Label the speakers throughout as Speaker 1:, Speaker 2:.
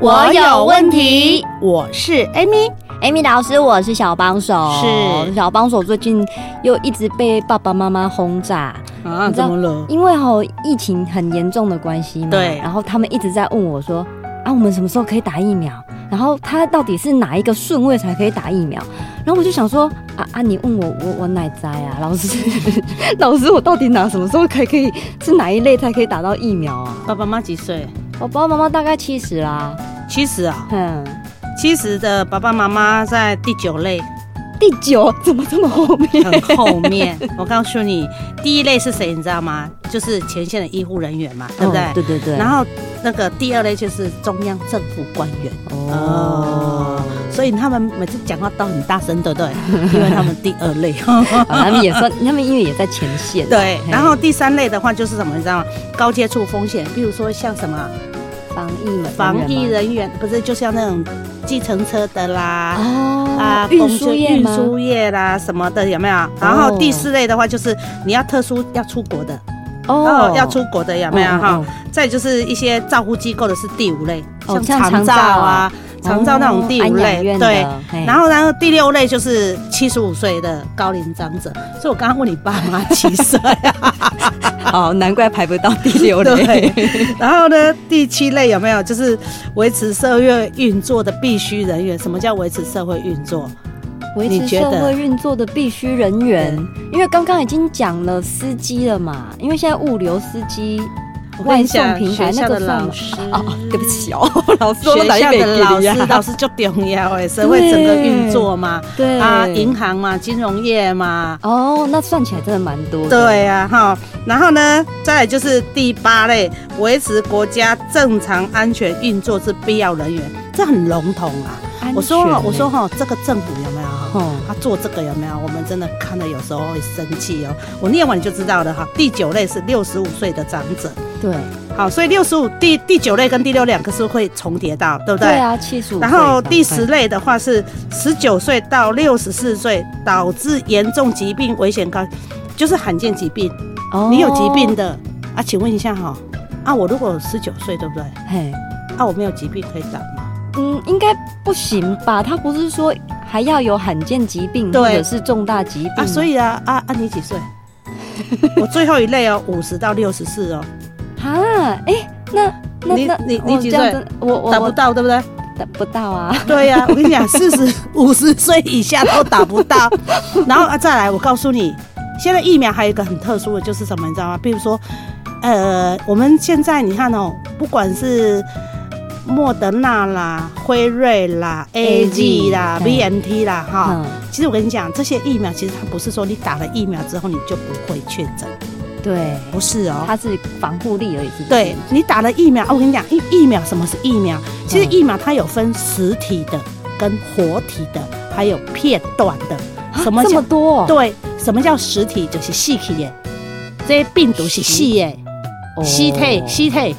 Speaker 1: 我有问题，
Speaker 2: 我是 Amy。
Speaker 1: Amy 老师，我是小帮手。
Speaker 2: 是
Speaker 1: 小帮手最近又一直被爸爸妈妈轰炸，
Speaker 2: 啊，
Speaker 1: 你知
Speaker 2: 怎
Speaker 1: 道
Speaker 2: 么了？
Speaker 1: 因为吼、疫情很严重的关系嘛。
Speaker 2: 对
Speaker 1: 然后他们一直在问我说：“啊，我们什么时候可以打疫苗？然后他到底是哪一个顺位才可以打疫苗？”然后我就想说：“啊啊，你问我，我我哪在啊？老师， 老师，我到底哪什么时候可以可以是哪一类才可以打到疫苗啊
Speaker 2: 爸爸妈妈几岁？？”
Speaker 1: 我爸爸妈妈大概七十啦，
Speaker 2: 七十啊，
Speaker 1: 嗯，
Speaker 2: 七十的爸爸妈妈在第九类，
Speaker 1: 第九怎么这么后 面？
Speaker 2: 很后 面。我告诉你，第一类是谁，你知道吗？就是前线的医护人员嘛，对不对？
Speaker 1: 哦对对对。
Speaker 2: 然后那个第二类就是中央政府官员。哦，所以他们每次讲话都很大声，对不 对？因为他们第二类。
Speaker 1: 啊他们也算，他们因为也在前线。啊
Speaker 2: 对，
Speaker 1: 嘿
Speaker 2: 然后第三类的话就是什么，你知道吗？高接触风险，比如说像什么
Speaker 1: 防疫嘛，
Speaker 2: 防疫
Speaker 1: 人员
Speaker 2: 人员，不是就像那种计程车的啦，
Speaker 1: 哦
Speaker 2: 啊公
Speaker 1: 运
Speaker 2: 司
Speaker 1: 输业
Speaker 2: 运
Speaker 1: 吗？
Speaker 2: 输业啦什么的，有没有？然后第四类的话就是你要特殊要出国的，哦，要出国的有没有
Speaker 1: 嗯
Speaker 2: 哈
Speaker 1: 嗯？嗯
Speaker 2: 再就是一些照护机构的是第五类，
Speaker 1: 哦
Speaker 2: 像
Speaker 1: 像
Speaker 2: 长
Speaker 1: 长
Speaker 2: 照
Speaker 1: 照
Speaker 2: 啊，长照那种第五
Speaker 1: 哦安养
Speaker 2: 类，
Speaker 1: 院
Speaker 2: 对。
Speaker 1: 的嘿
Speaker 2: 然后，然后第六类就是七十五岁的高龄长者，所以我刚刚问你爸妈几岁啊？
Speaker 1: 哦，难怪排不到 第六类。
Speaker 2: 对，然后呢，第七类有没有就是维持社会运作的必须人员？什么叫维持社会运作？
Speaker 1: 维
Speaker 2: 你
Speaker 1: 持
Speaker 2: 觉
Speaker 1: 社
Speaker 2: 得
Speaker 1: 会运作的必须人员，因为刚刚已经讲了司机了嘛，因为现在物流司机、
Speaker 2: 我跟
Speaker 1: 外
Speaker 2: 你
Speaker 1: 送
Speaker 2: 讲
Speaker 1: 平
Speaker 2: 学
Speaker 1: 台那
Speaker 2: 校
Speaker 1: 个
Speaker 2: 的
Speaker 1: 算
Speaker 2: 老
Speaker 1: 吗
Speaker 2: 师
Speaker 1: 哦，对不起哦，老师
Speaker 2: 嗯学校的老师，
Speaker 1: 呀，
Speaker 2: 老师就重要哎，社会整个运作嘛，
Speaker 1: 对
Speaker 2: 啊，银行嘛，金融业嘛，
Speaker 1: 哦，那算起来真的蛮多的。
Speaker 2: 对呀、哈。然后呢，再来就是第八类，维持国家正常安全运作之必要人员，这很笼统啊。
Speaker 1: 安全欸，
Speaker 2: 我说哈，我说哈，这个政府有没有哈？
Speaker 1: 哦，
Speaker 2: 他做这个有没有？我们真的看了有时候会生气哦。我念完你就知道了哈。第九类是六十五岁的长者，
Speaker 1: 对，
Speaker 2: 好，所以六十五第第九类跟第六两个是会重叠到，对不对？
Speaker 1: 对啊，七十五。
Speaker 2: 然后第十类的话是十九岁到六十四岁导致严重疾病危险高，就是罕见疾病，
Speaker 1: 哦
Speaker 2: 你有疾病，的、啊？请问一下哈，啊我如果十九岁对不对？
Speaker 1: 嘿，
Speaker 2: 啊我没有疾病可以打吗？啊
Speaker 1: 嗯，应该不行吧？他不是说还要有罕见疾病
Speaker 2: 对
Speaker 1: 或者是重大疾病吗
Speaker 2: 啊所以啊啊啊你几岁？我最后一类哦，五十到六十四哦，
Speaker 1: 啊，哎，那那
Speaker 2: 你
Speaker 1: 那
Speaker 2: 你
Speaker 1: 我
Speaker 2: 你几
Speaker 1: 这样
Speaker 2: 岁
Speaker 1: 真的？我我
Speaker 2: 打不
Speaker 1: 我
Speaker 2: 到对不对？
Speaker 1: 打不到啊！
Speaker 2: 对呀、我跟 你讲，四十五十岁以下都打不到。 然后啊，再来，我告诉你，现在疫苗还有一个很特殊的，就是什么，你知道吗？比如说，呃，我们现在你看哦，不管是莫德纳啦、辉瑞啦、A G 啦、B M T 啦，哈，
Speaker 1: 嗯，
Speaker 2: 其实我跟你讲，这些疫苗其实它不是说你打了疫苗之后你就不会确诊，
Speaker 1: 对，
Speaker 2: 不是哦。
Speaker 1: 它是防护力而已，是不是
Speaker 2: 对你打了疫苗，啊我跟你讲，疫疫苗什么是疫苗？
Speaker 1: 嗯
Speaker 2: 其实疫苗它有分实体的、跟活体的，还有片段的。
Speaker 1: 啊
Speaker 2: 什么
Speaker 1: 这
Speaker 2: 叫
Speaker 1: 么多？
Speaker 2: 对？什么叫实体？就是细体耶，这些病毒是细耶，
Speaker 1: 哦
Speaker 2: 细体细体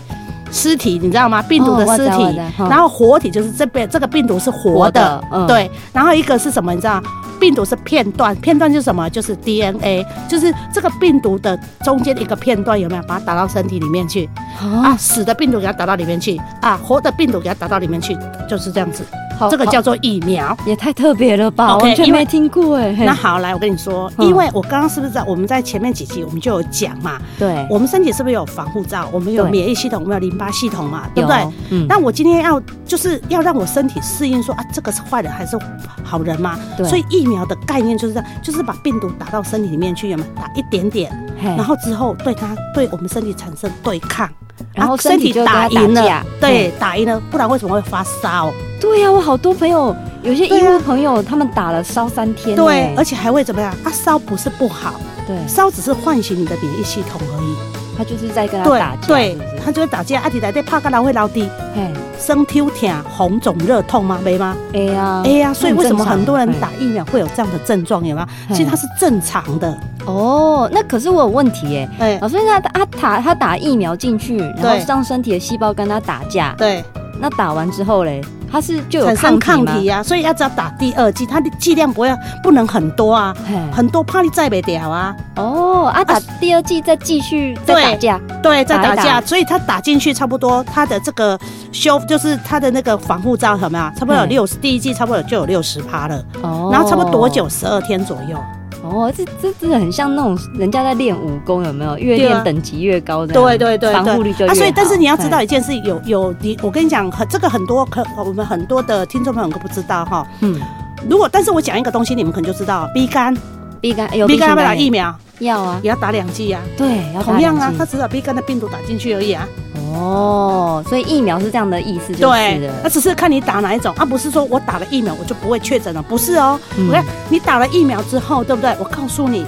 Speaker 2: 尸体，你知道吗？病毒的
Speaker 1: 哦我知
Speaker 2: 尸
Speaker 1: 道我
Speaker 2: 体
Speaker 1: 知道，嗯
Speaker 2: 然后活体就是这边这个病毒是活
Speaker 1: 活
Speaker 2: 的
Speaker 1: 的，嗯
Speaker 2: 对。然后一个是什么？你知道？病毒是片段，片段就是什么？就是 DNA，就是这个病毒的中间一个片段有没有把它打到身体里面去？啊，
Speaker 1: 啊，
Speaker 2: 死的病毒给它打到里面去，啊，活的病毒给它打到里面去，就是这样子。
Speaker 1: 好
Speaker 2: 这个
Speaker 1: 好
Speaker 2: 叫做疫苗。
Speaker 1: 也太特别了吧，
Speaker 2: OK，
Speaker 1: 完全
Speaker 2: 因为
Speaker 1: 没听过哎。嘿
Speaker 2: 那好，来我跟你说，
Speaker 1: 嗯
Speaker 2: 因为我刚刚是不是在我们在前面几集我们就有讲嘛，
Speaker 1: 对，
Speaker 2: 我们身体是不是有防护罩？我们有
Speaker 1: 嗯对
Speaker 2: 免疫系统，我们有淋巴系统嘛，对不对
Speaker 1: 有？？嗯，
Speaker 2: 那我今天要就是要让我身体适应说啊，这个是坏人还是好人嘛？
Speaker 1: 对
Speaker 2: 所以疫苗的概念就是这样，就是把病毒打到身体里面去，有没有？打一点点，
Speaker 1: 嘿
Speaker 2: 然后之后对它对我们身体产生对抗。
Speaker 1: 然后
Speaker 2: 啊
Speaker 1: 身体就跟他打
Speaker 2: 赢了
Speaker 1: 架，嗯
Speaker 2: 对，打赢了，不然为什么会发烧？
Speaker 1: 对呀、啊我好多朋友，有些
Speaker 2: 对
Speaker 1: 医
Speaker 2: 啊
Speaker 1: 务朋友、他们打了烧三天呢，
Speaker 2: 对，而且还会怎么样？啊，烧不是不好，
Speaker 1: 对
Speaker 2: 烧只是唤醒你的免疫系统而已。
Speaker 1: 他就是在跟他
Speaker 2: 对
Speaker 1: 打架，
Speaker 2: 对
Speaker 1: 是不，
Speaker 2: 他
Speaker 1: 是？
Speaker 2: 就会打架，阿啊弟来对怕个老会老低，
Speaker 1: 嘿，
Speaker 2: 生抽疼、红肿、热痛吗？没吗？
Speaker 1: 哎呀，
Speaker 2: 哎呀，所以为什么很多人
Speaker 1: 很正常
Speaker 2: 打疫苗会有这样的症状？有吗？
Speaker 1: 嗯
Speaker 2: 其实它是正常的，
Speaker 1: 哦，那可是我有问题耶。
Speaker 2: 哎，
Speaker 1: 老师，那他他打他打疫苗进去，然后
Speaker 2: 对
Speaker 1: 让身体的细胞跟他打架，
Speaker 2: 对，
Speaker 1: 那打完之后嘞，他是就有
Speaker 2: 产生
Speaker 1: 抗
Speaker 2: 抗
Speaker 1: 体
Speaker 2: 体
Speaker 1: 吗？
Speaker 2: 呀，所以要只要打第二剂，它的剂量不要不能很多啊，
Speaker 1: 嘿
Speaker 2: 很多怕你再不掉啊，
Speaker 1: 哦，啊，打
Speaker 2: 啊
Speaker 1: 第二季再继续再
Speaker 2: 对
Speaker 1: 打架，
Speaker 2: 对，再
Speaker 1: 打
Speaker 2: 打
Speaker 1: 一
Speaker 2: 架，
Speaker 1: 打
Speaker 2: 所以它打进去差不多，它的这个修就是它的那个防护罩什么啊，差不多有
Speaker 1: 嗯
Speaker 2: 六十，第一剂差不多就有六十趴了，
Speaker 1: 哦，
Speaker 2: 然后差不多多久？十二天左右，
Speaker 1: 哦，这这真的很像那种人家在练武功，有没有？越
Speaker 2: 对啊
Speaker 1: 练等级越高的，
Speaker 2: 对对对
Speaker 1: 防护率就越
Speaker 2: 啊，所以
Speaker 1: 好
Speaker 2: 但是你要知道
Speaker 1: 嘿
Speaker 2: 一件事，有有你，我跟你讲，很这个很多可我们很多的听众朋友都不知道哈。
Speaker 1: 嗯，
Speaker 2: 如果但是我讲一个东西，你们可能就知道，B 肝
Speaker 1: 乙肝有
Speaker 2: ，B
Speaker 1: 乙
Speaker 2: 肝要不要打
Speaker 1: 肝
Speaker 2: 疫苗？
Speaker 1: 要啊，
Speaker 2: 也要打两剂啊。
Speaker 1: 对，要打
Speaker 2: 同样啊
Speaker 1: 两，剂
Speaker 2: 它只把 B 肝的病毒打进去而已啊。
Speaker 1: 哦，所以疫苗是这样的意思，就是
Speaker 2: 对，那
Speaker 1: 了。
Speaker 2: 只是看你打哪一种啊，不是说我打了疫苗我就不会确诊了，不是哦。
Speaker 1: 嗯
Speaker 2: 我看你打了疫苗之后，对不对？我告诉你，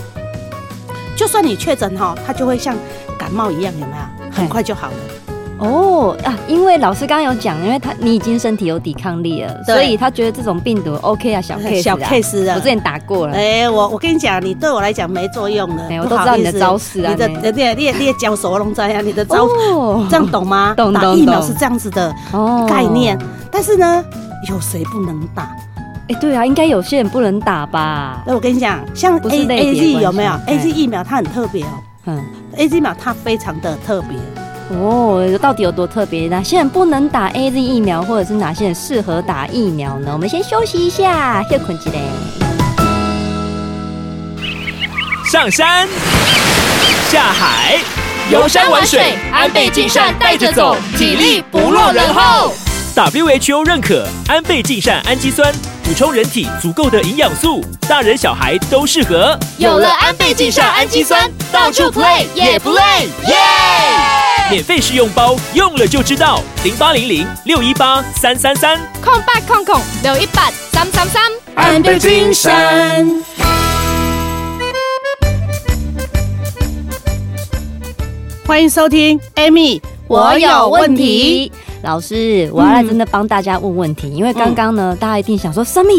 Speaker 2: 就算你确诊哈，它就会像感冒一样，有没有？很快就好了。
Speaker 1: 哦啊，因为老师刚刚有讲，因为他你已经身体有抵抗力了，
Speaker 2: 对
Speaker 1: 所以他觉得这种病毒 OK 啊，小 case 啊
Speaker 2: 小 case 啊
Speaker 1: 我之前打过了，
Speaker 2: 哎、我我跟你讲，你对我来讲没作用了，
Speaker 1: 哎我
Speaker 2: 不
Speaker 1: 都
Speaker 2: 好
Speaker 1: 知道你
Speaker 2: 意
Speaker 1: 的
Speaker 2: 思
Speaker 1: 招式啊
Speaker 2: 你的
Speaker 1: 呢
Speaker 2: 你的你的你的脚手弄这样，你的招、
Speaker 1: 哦
Speaker 2: 这样懂吗？
Speaker 1: 懂
Speaker 2: 打
Speaker 1: 懂
Speaker 2: 疫苗
Speaker 1: 懂
Speaker 2: 是这样子的，
Speaker 1: 哦
Speaker 2: 概念但是呢，有谁不能打？
Speaker 1: 哎、对啊，应该有些人不能打吧？
Speaker 2: 那我跟你讲，像
Speaker 1: 不是
Speaker 2: A
Speaker 1: 类
Speaker 2: A
Speaker 1: 别
Speaker 2: Z
Speaker 1: 关
Speaker 2: 有没有
Speaker 1: 系
Speaker 2: ？A
Speaker 1: 哎
Speaker 2: Z 疫苗它很特别哦
Speaker 1: 嗯，
Speaker 2: ，A Z 疫苗它非常的特别。
Speaker 1: 哦，到底有多特别？哪些人不能打 A Z 疫苗，或者是哪些人适合打疫苗呢？我们先休息一下，休困起来。
Speaker 3: 上山，下海，游山玩水，
Speaker 4: 安倍晋善带着走，体力不落人后。
Speaker 3: WHO 认可安倍晋善氨基酸，补充人体足够的营养素，大人小孩都适合。
Speaker 4: 有了安倍晋善氨基酸，到处 play 也不累，耶！
Speaker 3: 免费试用包，用了就知道。零八零零六一八三三三。
Speaker 4: 空八空空六一八三三三，
Speaker 5: 安倍晋三。
Speaker 2: 欢迎收听 Amy，我有问题。。嗯
Speaker 1: 老师，我要来真的帮大家问问题，因为刚刚呢，大家一定想说 s a m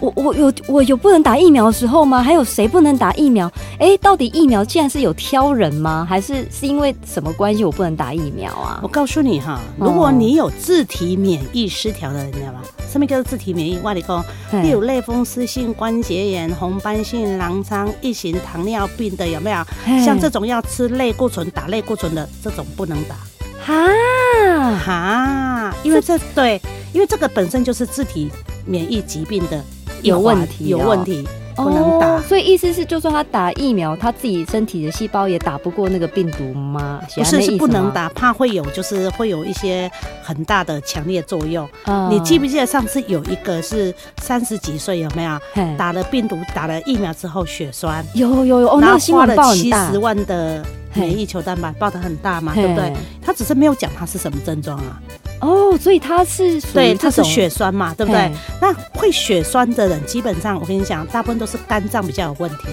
Speaker 1: 我我有我有不能打疫苗的时候吗？还有谁不能打疫苗？哎，到底疫苗既然是有挑人吗？还是是因为什么关系我不能打疫苗啊
Speaker 2: 我？告诉你哈，如果你有自体免疫失调的人，你知道吗？什么叫做自体免疫？我跟你讲，
Speaker 1: 嗯
Speaker 2: 例如类风湿性关节炎、红斑性狼疮、一型糖尿病的，有没有？
Speaker 1: 嘿
Speaker 2: 像这种要吃类固醇、打类固醇的，这种不能打。嗯
Speaker 1: 哈，
Speaker 2: 哈，因为这对，因为这个本身就是自体免疫疾病的一
Speaker 1: 有
Speaker 2: 环
Speaker 1: 问题
Speaker 2: 有
Speaker 1: 哦
Speaker 2: 问题不能打
Speaker 1: 哦。所以意思是，就算他打疫苗，他自己身体的细胞也打不过那个病毒吗？
Speaker 2: 不
Speaker 1: 那
Speaker 2: 是
Speaker 1: 意思
Speaker 2: 是
Speaker 1: 吗
Speaker 2: 不能。打，怕会有就是会有一些很大的强烈作用。
Speaker 1: 啊
Speaker 2: 你记不？记得上次有一个是三十几岁有没有
Speaker 1: 嘿
Speaker 2: 打了病毒打了疫苗之后血栓，
Speaker 1: 有有有哦，
Speaker 2: 然
Speaker 1: 那
Speaker 2: 后
Speaker 1: 个新
Speaker 2: 花
Speaker 1: 闻
Speaker 2: 了
Speaker 1: 报很
Speaker 2: 七
Speaker 1: 大
Speaker 2: 十，万的
Speaker 1: 嘿
Speaker 2: 免疫球蛋白，报的很大嘛，
Speaker 1: 嘿
Speaker 2: 对不对？他只是没有讲他是什么症状啊，
Speaker 1: 哦，所以他是属于
Speaker 2: 对，他
Speaker 1: 这
Speaker 2: 是
Speaker 1: 种
Speaker 2: 血栓嘛，对不对
Speaker 1: 嘿？
Speaker 2: 那会血栓的人，基本上我跟你讲，大部分都是肝脏比较有问题的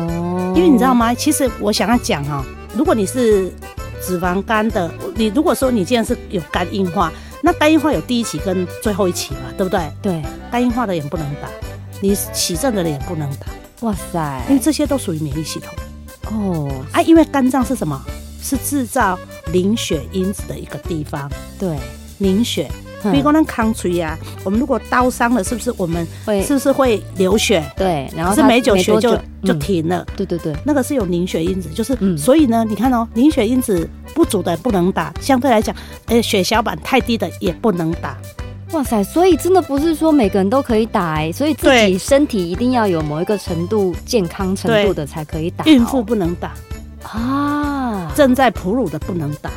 Speaker 2: 人。
Speaker 1: 哦，
Speaker 2: 因为你知道吗？其实我想要讲哦，如果你是脂肪肝的，你如果说你既然是有肝硬化，那肝硬化有第一期跟最后一期嘛，对不对？
Speaker 1: 哦对，
Speaker 2: 肝硬化的也不能打，你起症的人也不能打，
Speaker 1: 哇塞，
Speaker 2: 因为这些都属于免疫系统
Speaker 1: 哦，
Speaker 2: 啊。因为肝脏是什么？是制造凝血因子的一个地方，
Speaker 1: 对，
Speaker 2: 凝血。比如
Speaker 1: 嗯
Speaker 2: 说那康垂呀，啊我们如果刀伤了，是不是我们
Speaker 1: 会
Speaker 2: 是不是会流血？
Speaker 1: 对，然后
Speaker 2: 可是
Speaker 1: 他
Speaker 2: 没久血就就
Speaker 1: 嗯
Speaker 2: 停了。
Speaker 1: 对对对，
Speaker 2: 那个是有凝血因子，就是、
Speaker 1: 嗯
Speaker 2: 所以呢，你看哦，凝血因子不足的不能打，相对来讲，呃，血小板太低的也不能打。
Speaker 1: 哇塞，所以真的不是说每个人都可以打哎，所以自己
Speaker 2: 对
Speaker 1: 身体一定要有某一个程度健康程度
Speaker 2: 对
Speaker 1: 的才可以打哦，
Speaker 2: 孕妇不能打，
Speaker 1: 啊，
Speaker 2: 正在哺乳的不能打。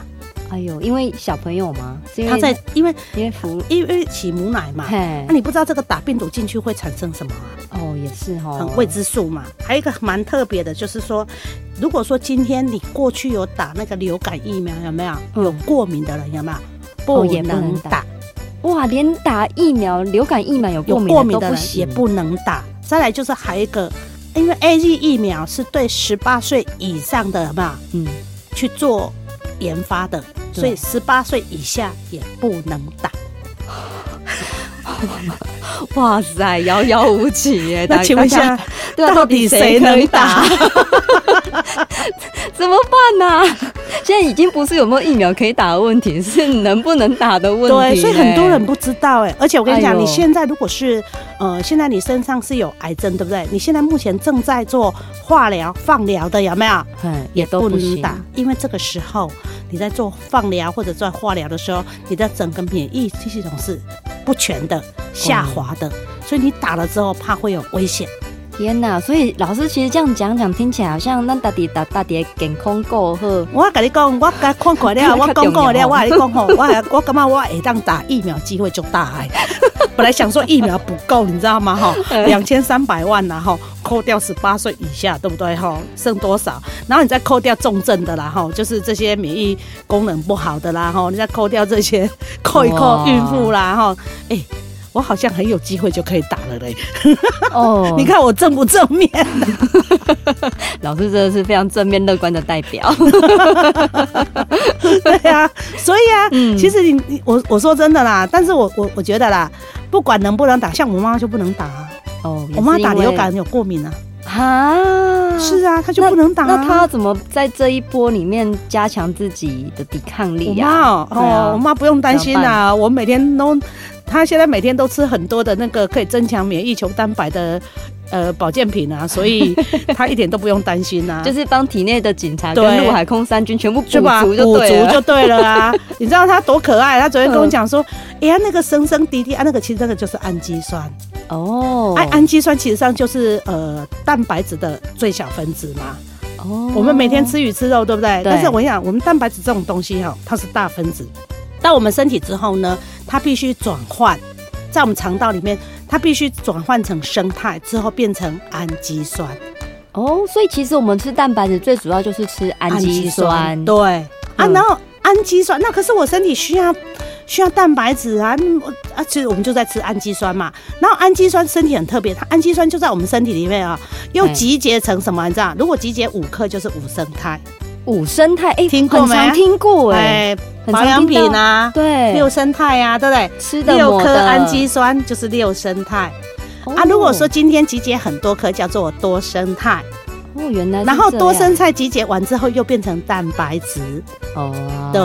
Speaker 1: 哎呦，因为小朋友嘛，是因为
Speaker 2: 她在因为
Speaker 1: 因为服，
Speaker 2: 因为起母奶嘛，
Speaker 1: 嘿
Speaker 2: 那、，你不知道这个打病毒进去会产生什么、啊，
Speaker 1: 哦也是哈，
Speaker 2: 很未知数嘛。还有一个蛮特别的，就是说，如果说今天你过去有打那个流感疫苗，有没有
Speaker 1: 嗯
Speaker 2: 有过敏的人有没有？
Speaker 1: 哦
Speaker 2: 不
Speaker 1: 也不能
Speaker 2: 能
Speaker 1: 打
Speaker 2: 打，
Speaker 1: 哇，连打疫苗、流感疫苗有
Speaker 2: 有
Speaker 1: 过
Speaker 2: 过
Speaker 1: 敏
Speaker 2: 敏的
Speaker 1: 的都
Speaker 2: 人
Speaker 1: 不
Speaker 2: 也
Speaker 1: 行，
Speaker 2: 不能打。再来就是还有一个，因为 A Z 疫苗是对十八岁以上的，有没有？
Speaker 1: 嗯，
Speaker 2: 去做研发的，所以十八岁以下也不能打。
Speaker 1: 哇塞，遥遥无期耶！
Speaker 2: 那请问一下，
Speaker 1: 对啊，
Speaker 2: 到底谁能打？
Speaker 1: 怎么办呢、啊？现在已经不是有没有疫苗可以打的问题，是能不能打的问题。
Speaker 2: 对，所以很多人不知道哎、而且我跟你
Speaker 1: 哎
Speaker 2: 讲，
Speaker 1: 呦
Speaker 2: 你现在如果是呃，现在你身上是有癌症，对不对？你现在目前正在做化疗、放疗的，有没有？
Speaker 1: 嗯也都不
Speaker 2: 能
Speaker 1: 行
Speaker 2: 打，因为这个时候你在做放疗或者做化疗的时候，你的整个免疫系统是不全的、下滑的，所以你打了之后怕会有危险。
Speaker 1: 天哪！所以老师其实这样讲讲，听起来好像那到底打到底健康够 后，
Speaker 2: 我跟你讲，我跟看过了，我讲过了，我跟你讲吼，我我感觉我会当打疫苗机会就大 哎。本来想说疫苗不够，你知道吗？ 哈，
Speaker 1: 哎
Speaker 2: 两千三百万然后扣掉十八岁以下，对不对？哈，剩多少？然后你再扣掉重症的啦，哈，就是这些免疫功能不好的啦，哈，你再扣掉这些， 扣一扣
Speaker 1: 哇
Speaker 2: 孕妇啦，哈，哎、我好像很有机会就可以打了嘞。
Speaker 1: 哦
Speaker 2: 你看我正不正面？
Speaker 1: 老师真的是非常正面乐观的代表。
Speaker 2: 哦 对啊，所以啊，
Speaker 1: 嗯
Speaker 2: 其实你你我我说真的啦，但是我我我觉得啦，不管能不能打，像我妈就不能打、啊，
Speaker 1: 哦，也
Speaker 2: 我妈
Speaker 1: 是因
Speaker 2: 打
Speaker 1: 为
Speaker 2: 流感有过敏啊，
Speaker 1: 啊，
Speaker 2: 是啊，她就不能打、啊
Speaker 1: 那她要怎么在这一波里面加强自己的抵抗
Speaker 2: 我
Speaker 1: 力
Speaker 2: 妈
Speaker 1: 呀、
Speaker 2: 哦，
Speaker 1: 对啊
Speaker 2: 哦我妈不用担心啊
Speaker 1: 怎么
Speaker 2: 啦，我每天都，她现在每天都吃很多的那个可以增强免疫球蛋白的呃保健品啊，所 以她一点都不用担心啊，
Speaker 1: 就是帮体内的警察
Speaker 2: 对
Speaker 1: 跟陆海空三军全部补
Speaker 2: 是吧？
Speaker 1: 足就
Speaker 2: 补
Speaker 1: 对
Speaker 2: 足
Speaker 1: 了。嗯
Speaker 2: 就对了 啊！你知道她多可爱？她昨天跟我讲说，哎呀，那个生生滴滴啊，那个其实那个就是氨基酸。
Speaker 1: 哦，
Speaker 2: 氨氨基酸其实上就是呃蛋白质的最小分子嘛。
Speaker 1: 哦
Speaker 2: 我们每天吃鱼吃肉，对不对？
Speaker 1: 对
Speaker 2: 但是我跟你讲，我们蛋白质这种东西哈、它是大分子。到我们身体之后呢，它必须转换，在我们肠道里面，它必须转换成生态之后变成氨基酸。
Speaker 1: 哦，所以其实我们吃蛋白质最主要就是吃氨基酸，
Speaker 2: 对啊，
Speaker 1: 嗯
Speaker 2: 然后氨基酸，那可是我身体需要需要蛋白质啊，嗯我啊，其实我们就在吃氨基酸嘛。然后氨基酸身体很特别，它氨基酸就在我们身体里面啊，又
Speaker 1: 对
Speaker 2: 集结成什么？你知道，如果集结五克就是五生态，
Speaker 1: 五生态，哎、
Speaker 2: 听过
Speaker 1: 很
Speaker 2: 没
Speaker 1: 常听过哎、
Speaker 2: 哎，
Speaker 1: 很
Speaker 2: 保
Speaker 1: 常
Speaker 2: 养
Speaker 1: 听到
Speaker 2: 品啊，
Speaker 1: 对，
Speaker 2: 六生态啊，对不对？
Speaker 1: 吃的
Speaker 2: 六
Speaker 1: 抹
Speaker 2: 颗
Speaker 1: 的
Speaker 2: 氨基酸就是六生态
Speaker 1: 哦
Speaker 2: 啊。如果说今天集结很多颗，叫做多生态，
Speaker 1: 哦原来是
Speaker 2: 然后
Speaker 1: 这
Speaker 2: 多
Speaker 1: 样
Speaker 2: 生态集结完之后又变成蛋白质。
Speaker 1: 哦，
Speaker 2: 对，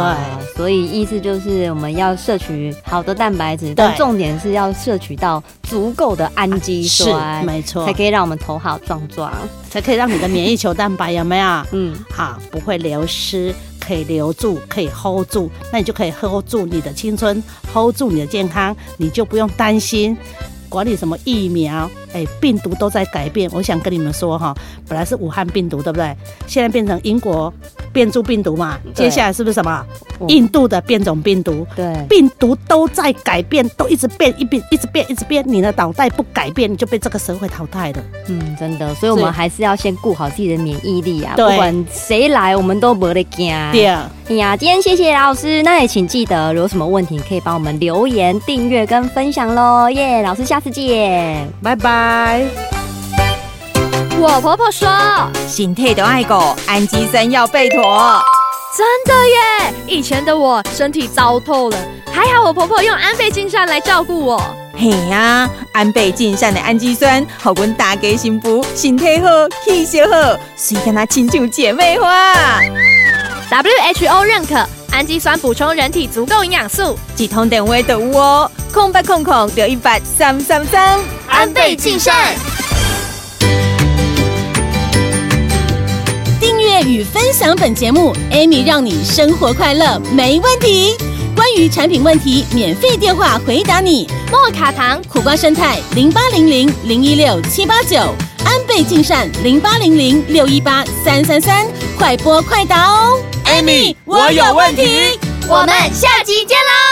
Speaker 1: 所以意思就是我们要摄取好的蛋白质，但重点是要摄取到足够的氨基酸
Speaker 2: 啊是，没错，
Speaker 1: 才可以让我们头好壮壮。
Speaker 2: 才可以让你的免疫球蛋白有没有？
Speaker 1: 嗯，
Speaker 2: 好，不会流失，可以留住，可以 hold 住，那你就可以 hold 住你的青春，hold 住你的健康，你就不用担心。管理什么疫苗，哎、病毒都在改变。我想跟你们说哈，本来是武汉病毒，对不对？现在变成英国变株病毒嘛，接
Speaker 1: 对
Speaker 2: 下来是不是什么
Speaker 1: 我
Speaker 2: 印度的变种病毒？
Speaker 1: 对，
Speaker 2: 病毒都在改变，都一直变，一变，一直变，一直变。你的脑袋不改变，你就被这个社会淘汰了。
Speaker 1: 嗯，真的，所以我们还是要先顾好自己的免疫力啊，不
Speaker 2: 对
Speaker 1: 管谁来，我们都没得惊。啊哎
Speaker 2: 第二，
Speaker 1: 呀，今天谢谢老师，那也请记得有什么问题可以帮我们留言、订阅跟分享喽，耶、老师下次见。
Speaker 2: 拜拜。
Speaker 4: 我婆婆说，
Speaker 6: 心态都爱狗，氨基酸要备妥。
Speaker 4: 真的耶！以前的我身体糟透了，还好我婆婆用安倍晋善来照顾我。
Speaker 6: 嘿呀、安倍晋善的氨基酸，好阮大家幸福，身体好，气色好，虽跟他亲像姐妹花。
Speaker 4: WHO 认可氨基酸补充人体足够营养素，
Speaker 6: 一通电话就有哦，空八空空六一八三三三。
Speaker 4: 安倍晋善。
Speaker 5: 订阅与分享本节目，Amy 让你生活快乐没问题。关于产品问题，免费电话回答你。
Speaker 4: 莫卡糖
Speaker 5: 苦瓜生态零八零零零一六七八九，安倍晋善零八零零六一八三三三，快播快答哦。Amy，
Speaker 3: 我有问题。
Speaker 4: 我们下集见喽！